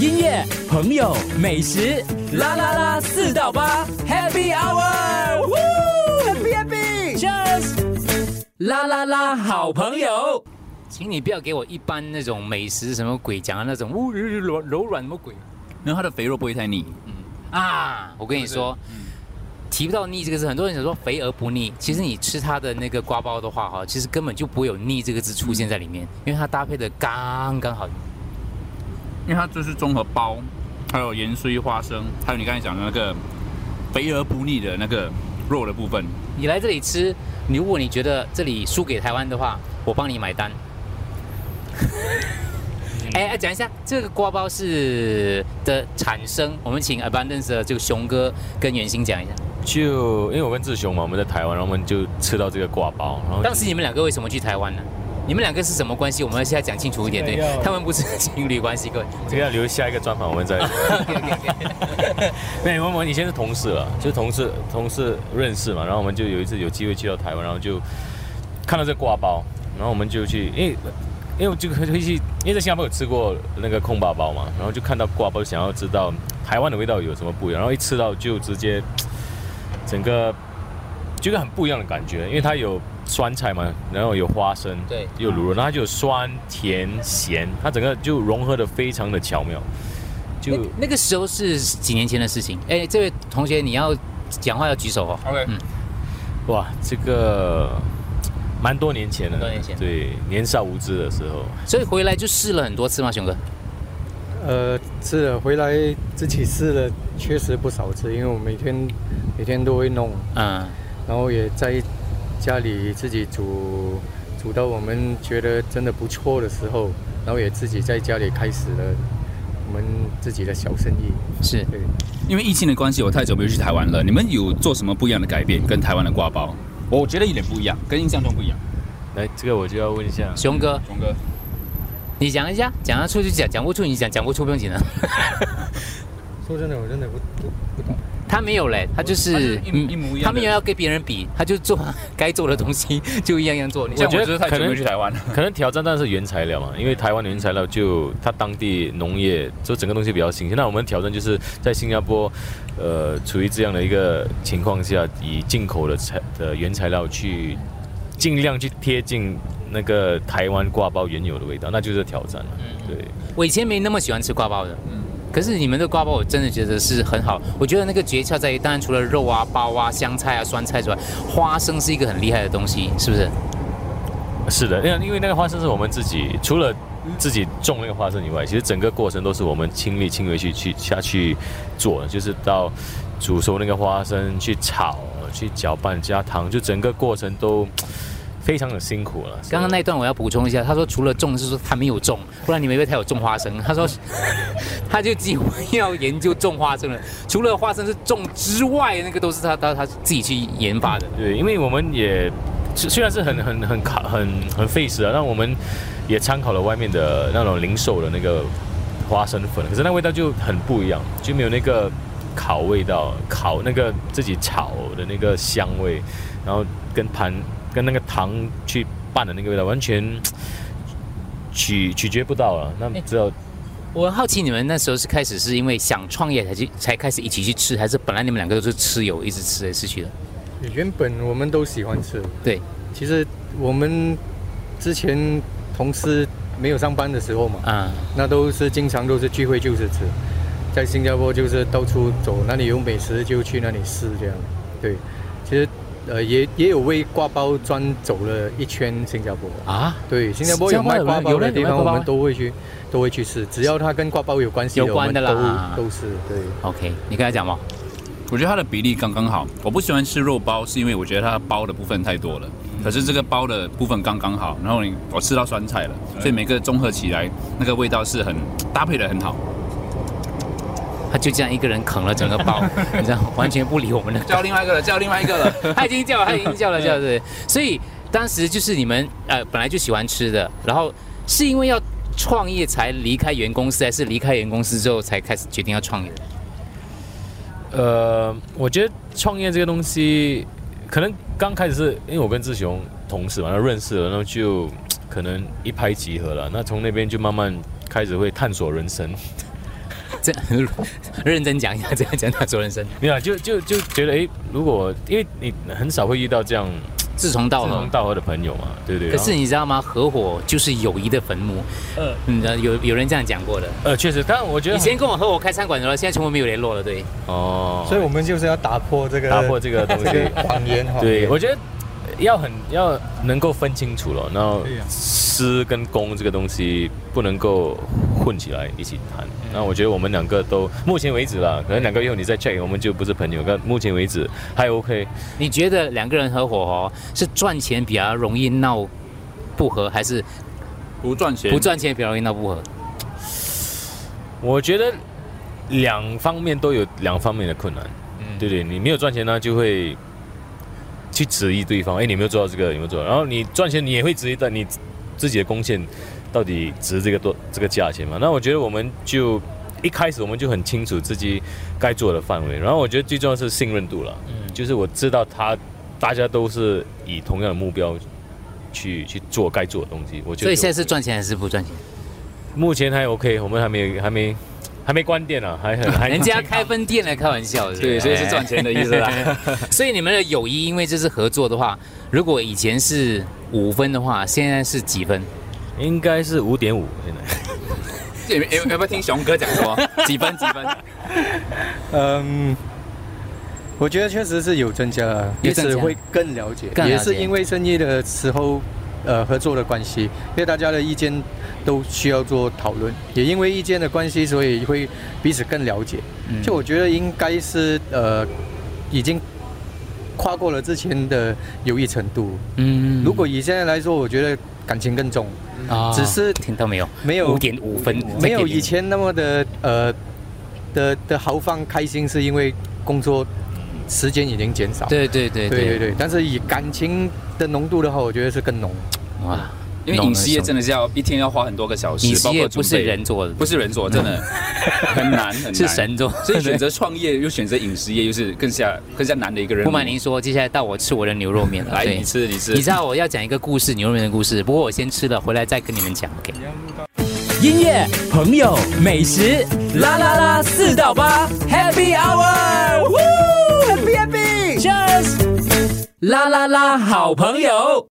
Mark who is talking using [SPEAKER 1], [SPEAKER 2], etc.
[SPEAKER 1] 音乐、朋友、美食，啦啦啦，四到八，Happy Hour，Happy Happy，Cheers，啦啦啦，好朋友，
[SPEAKER 2] 请你不要给我一般那种美食什么鬼讲的啊那种，呜、柔柔软什么鬼
[SPEAKER 3] 然后它的肥肉不会太腻，
[SPEAKER 2] 啊！我跟你说，提不到腻这个字，很多人想说肥而不腻，其实你吃它的那个瓜包的话哈，其实根本就不会有腻这个字出现在里面，因为它搭配的刚刚好。
[SPEAKER 3] 因为它就是综合包，还有盐酥花生，还有你刚才讲的那个肥而不腻的那个肉的部分。
[SPEAKER 2] 你来这里吃，你如果你觉得这里输给台湾的话，我帮你买 单。哎、哎讲一下这个瓜包是的产生，我们请 Abundance 的这个熊哥跟袁心讲一下，
[SPEAKER 4] 就因为我跟志雄嘛，我们在台湾，然后我们就吃到这个挂包，然后
[SPEAKER 2] 当时你们两个为什么去台湾呢？你们两个是什么关系？我们要现在讲清楚一点，对
[SPEAKER 4] 哎呦，
[SPEAKER 2] 他们不是情侣关系， 各位。
[SPEAKER 4] 这个要留下一个专访，我们再。对，我们以前是同事了，就是同事同事认识嘛，然后我们就有一次有机会去到台湾，然后就看到这挂包，然后我们就去，因为因为我就回去，因为在新加坡有吃过那个空包包嘛，然后就看到挂包，想要知道台湾的味道有什么不一样，然后一吃到就直接整个就一个很不一样的感觉，因为它有酸菜嘛，然后有花生，
[SPEAKER 2] 对
[SPEAKER 4] 有卤肉，然后它就有酸甜咸，它整个就融合的非常的巧妙，就。
[SPEAKER 2] 那那个时候是几年前的事情。哎、这位同学，你要讲话要举手哦。
[SPEAKER 3] OK，
[SPEAKER 2] 嗯
[SPEAKER 4] 哇，这个蛮多年前的，
[SPEAKER 2] 蛮多年前
[SPEAKER 4] 对，年少无知的时候，
[SPEAKER 2] 所以回来就试了很多次吗，熊哥？
[SPEAKER 5] 呃，吃了回来自己试了，确实不少吃，因为我每天每天都会弄，
[SPEAKER 2] 嗯，
[SPEAKER 5] 然后也在家里自己煮，煮到我们觉得真的不错的时候，然后也自己在家里开始了我们自己的小生意。
[SPEAKER 2] 是。
[SPEAKER 5] 对，
[SPEAKER 3] 因为疫情的关系，我太久没有去台湾了。你们有做什么不一样的改变？跟台湾的挂包，我觉得有点不一样，跟印象中不一样。
[SPEAKER 4] 来，这个我就要问一下，
[SPEAKER 2] 熊哥，
[SPEAKER 3] 熊哥，
[SPEAKER 2] 你讲一下，讲得出就讲，讲不出你讲，讲不出不用紧的。啊
[SPEAKER 5] 说真的，我真的不不不懂。
[SPEAKER 2] 他没有嘞，他就是
[SPEAKER 3] 哦
[SPEAKER 2] 嗯
[SPEAKER 3] 他就是一一模一样的
[SPEAKER 2] 他没有要跟别人比，他就做该做的东西，就一样样做。你
[SPEAKER 3] 像
[SPEAKER 2] 像
[SPEAKER 3] 我
[SPEAKER 4] 觉得
[SPEAKER 3] 就是太久没有去台湾了。
[SPEAKER 4] 可能挑战但是原材料嘛，因为台湾的原材料就它当地农业，就整个东西比较新鲜。那我们挑战就是在新加坡，呃，处于这样的一个情况下，以进口的材的原材料去尽量去贴近那个台湾挂包原有的味道，那就是挑战了。
[SPEAKER 2] 嗯
[SPEAKER 4] 对，
[SPEAKER 2] 我以前没那么喜欢吃挂包的，
[SPEAKER 3] 嗯
[SPEAKER 2] 可是你们的挂包我真的觉得是很好。我觉得那个诀窍在于，当然除了肉啊、包啊、香菜啊、酸菜之外，花生是一个很厉害的东西，是不是？
[SPEAKER 4] 是的，因为因为那个花生是我们自己除了自己种那个花生以外，其实整个过程都是我们亲力亲为去去下去做的，就是到煮熟那个花生，去炒，去搅拌加糖，就整个过程都非常的辛苦了。
[SPEAKER 2] 刚刚那一段我要补充一下，他说除了种是说他没有种，不然你们以为他有种花生。他说 他就几乎要研究种花生了，除了花生是种之外，那个都是他他他自己去研发的。
[SPEAKER 4] 对，因为我们也虽虽然是很很很卡很很费时啊，但我们也参考了外面的那种零售的那个花生粉，可是那味道就很不一样，就没有那个烤味道，烤那个自己炒的那个香味，然后跟盘跟那个糖去拌的那个味道完全取取决不到了，那只有
[SPEAKER 2] 我好奇你们那时候是开始是因为想创业才去才开始一起去吃，还是本来你们两个都是吃友一直吃来吃去的？
[SPEAKER 5] 原本我们都喜欢吃，
[SPEAKER 2] 对，
[SPEAKER 5] 其实我们之前同事没有上班的时候嘛，
[SPEAKER 2] 啊、
[SPEAKER 5] 那都是经常都是聚会就是吃，在新加坡就是到处走，哪里有美食就去哪里试这样。对，其实呃也也有为挂包专走了一圈新加坡。
[SPEAKER 2] 啊，
[SPEAKER 5] 对，新加坡有卖挂包
[SPEAKER 2] 有嘞有嘞
[SPEAKER 5] 的地
[SPEAKER 2] 有卖挂
[SPEAKER 5] 方，我
[SPEAKER 2] 包
[SPEAKER 5] 们都会去都会去试，只要它跟挂包有关系
[SPEAKER 2] 有关的
[SPEAKER 5] 我们
[SPEAKER 2] 啦
[SPEAKER 5] 都都是对。
[SPEAKER 2] OK，你刚才讲吗？
[SPEAKER 3] 我觉得它的比例刚刚好。我不喜欢吃肉包，是因为我觉得它的包的部分太多了。可是这个包的部分刚刚好，然后你我吃到酸菜了，所以每个综合起来，那个味道是很搭配的很好。
[SPEAKER 2] 他就这样一个人啃了整个包， 你知道，完全不理我们的
[SPEAKER 3] 叫另外一个了，叫另外一个了。
[SPEAKER 2] 他已经叫了，他已经叫了，叫了。对 所以当时就是你们呃本来就喜欢吃的，然后是因为要创业才离开原公司，还是离开原公司之后才开始决定要创业的？
[SPEAKER 4] 呃，我觉得创业这个东西，可能刚开始是因为我跟志雄同事嘛，然后认识了，然后就 可能一拍即合了。那从那边就慢慢开始会探索人生，
[SPEAKER 2] 这认真讲一下，这样讲他做人生。
[SPEAKER 4] 没有啊，就就就觉得诶，如果因为你很少会遇到这样
[SPEAKER 2] 志同道
[SPEAKER 4] 志
[SPEAKER 2] 合
[SPEAKER 4] 同，道合的朋友嘛，对不对？
[SPEAKER 2] 可是你知道吗？合伙就是友谊的坟墓。
[SPEAKER 1] 呃，
[SPEAKER 2] 嗯，有有人这样讲过的。
[SPEAKER 4] 呃，确实，但我觉得
[SPEAKER 2] 以前跟我合伙开餐馆的时候，现在全部没有联络了。对，
[SPEAKER 4] 哦，
[SPEAKER 5] 所以我们就是要打破这个
[SPEAKER 4] 打破这个 东西
[SPEAKER 5] 这个谎言哈。
[SPEAKER 4] 对，我觉得要很要能够分清楚了，然后
[SPEAKER 5] 对呀
[SPEAKER 4] 私跟公这个东西不能够混起来一起谈。
[SPEAKER 5] 嗯
[SPEAKER 4] 那我觉得我们两个都目前为止啦，可能两个月后你再 check，我们就不是朋友。但目前为止还 OK。
[SPEAKER 2] 你觉得两个人合伙哦，是赚钱比较容易闹不和，还是
[SPEAKER 3] 不赚 钱，
[SPEAKER 2] 不赚钱比较容易闹不和？
[SPEAKER 4] 我觉得两方面都有两方面的困难，
[SPEAKER 2] 嗯
[SPEAKER 4] 对不对？你没有赚钱呢，就会去质疑对方，哎，你有没有做到这个？有没有做到？然后你赚钱，你也会质疑到你自己的贡献到底值这个多这个价钱嘛？那我觉得我们就一开始我们就很清楚自己该做的范围，然后我觉得最重要是信任度了，
[SPEAKER 2] 嗯
[SPEAKER 4] 就是我知道他大家都是以同样的目标去去做该做的东西，我觉得
[SPEAKER 2] 所以
[SPEAKER 4] 就
[SPEAKER 2] 现在是
[SPEAKER 4] OK
[SPEAKER 2] 赚钱还是不赚钱？
[SPEAKER 4] 目前还 OK，我们还没还没还没关店啊，还很还
[SPEAKER 2] 人家开分店来开玩笑，是不
[SPEAKER 3] 对，所以是赚
[SPEAKER 2] 哎
[SPEAKER 3] 钱的意思啦。
[SPEAKER 2] 所以你们的友谊，因为这是合作的话，如果以前是五分的话，现在是几分？
[SPEAKER 4] 应该是五点五现在。
[SPEAKER 3] 要要不要听熊哥讲 什么？几分几分？
[SPEAKER 5] 嗯，我觉得确实是有增加了，
[SPEAKER 2] 有
[SPEAKER 5] 彼
[SPEAKER 2] 增加
[SPEAKER 5] 此会更了解，
[SPEAKER 2] 更了解
[SPEAKER 5] 也是因为生意的时候，呃，合作的关系，因为大家的意见都需要做讨论，也因为意见的关系，所以会彼此更了解。
[SPEAKER 2] 嗯
[SPEAKER 5] 就我觉得应该是呃，已经跨过了之前的友谊程度。
[SPEAKER 2] 嗯
[SPEAKER 5] 如果以现在来说，我觉得感情更重，
[SPEAKER 2] 啊
[SPEAKER 5] 只是
[SPEAKER 2] 听到没有？
[SPEAKER 5] 没有
[SPEAKER 2] 五点五分，
[SPEAKER 5] 没有以
[SPEAKER 2] 5.05
[SPEAKER 5] 前那么的呃的的豪放开心，是因为工作时间已经减少。
[SPEAKER 2] 对对对
[SPEAKER 5] 对对对，但是以感情的浓度的话，我觉得是更浓。
[SPEAKER 2] 哇！
[SPEAKER 3] 因为影视业真的是要一天要花很多个小时，
[SPEAKER 2] 影视
[SPEAKER 3] 包
[SPEAKER 2] 业
[SPEAKER 3] 括
[SPEAKER 2] 不
[SPEAKER 3] 准
[SPEAKER 2] 是
[SPEAKER 3] 备
[SPEAKER 2] 人，做的，
[SPEAKER 3] 不是人做，真的很难很 难。
[SPEAKER 2] 是神做。
[SPEAKER 3] 所以选择创业又选择饮食业，又是更加更加难的一个人。
[SPEAKER 2] 不瞒您，说，接下来到我吃我的牛肉面了。
[SPEAKER 3] 来
[SPEAKER 2] 对
[SPEAKER 3] 你吃你吃，
[SPEAKER 2] 你知道我要讲一个故事，牛肉面的故事。不过我先吃了，回来再跟你们讲。OK。
[SPEAKER 1] 音乐、朋友、美食，啦啦啦，四到八，Happy Hour，Happy Happy，Cheers，啦啦啦，好朋友。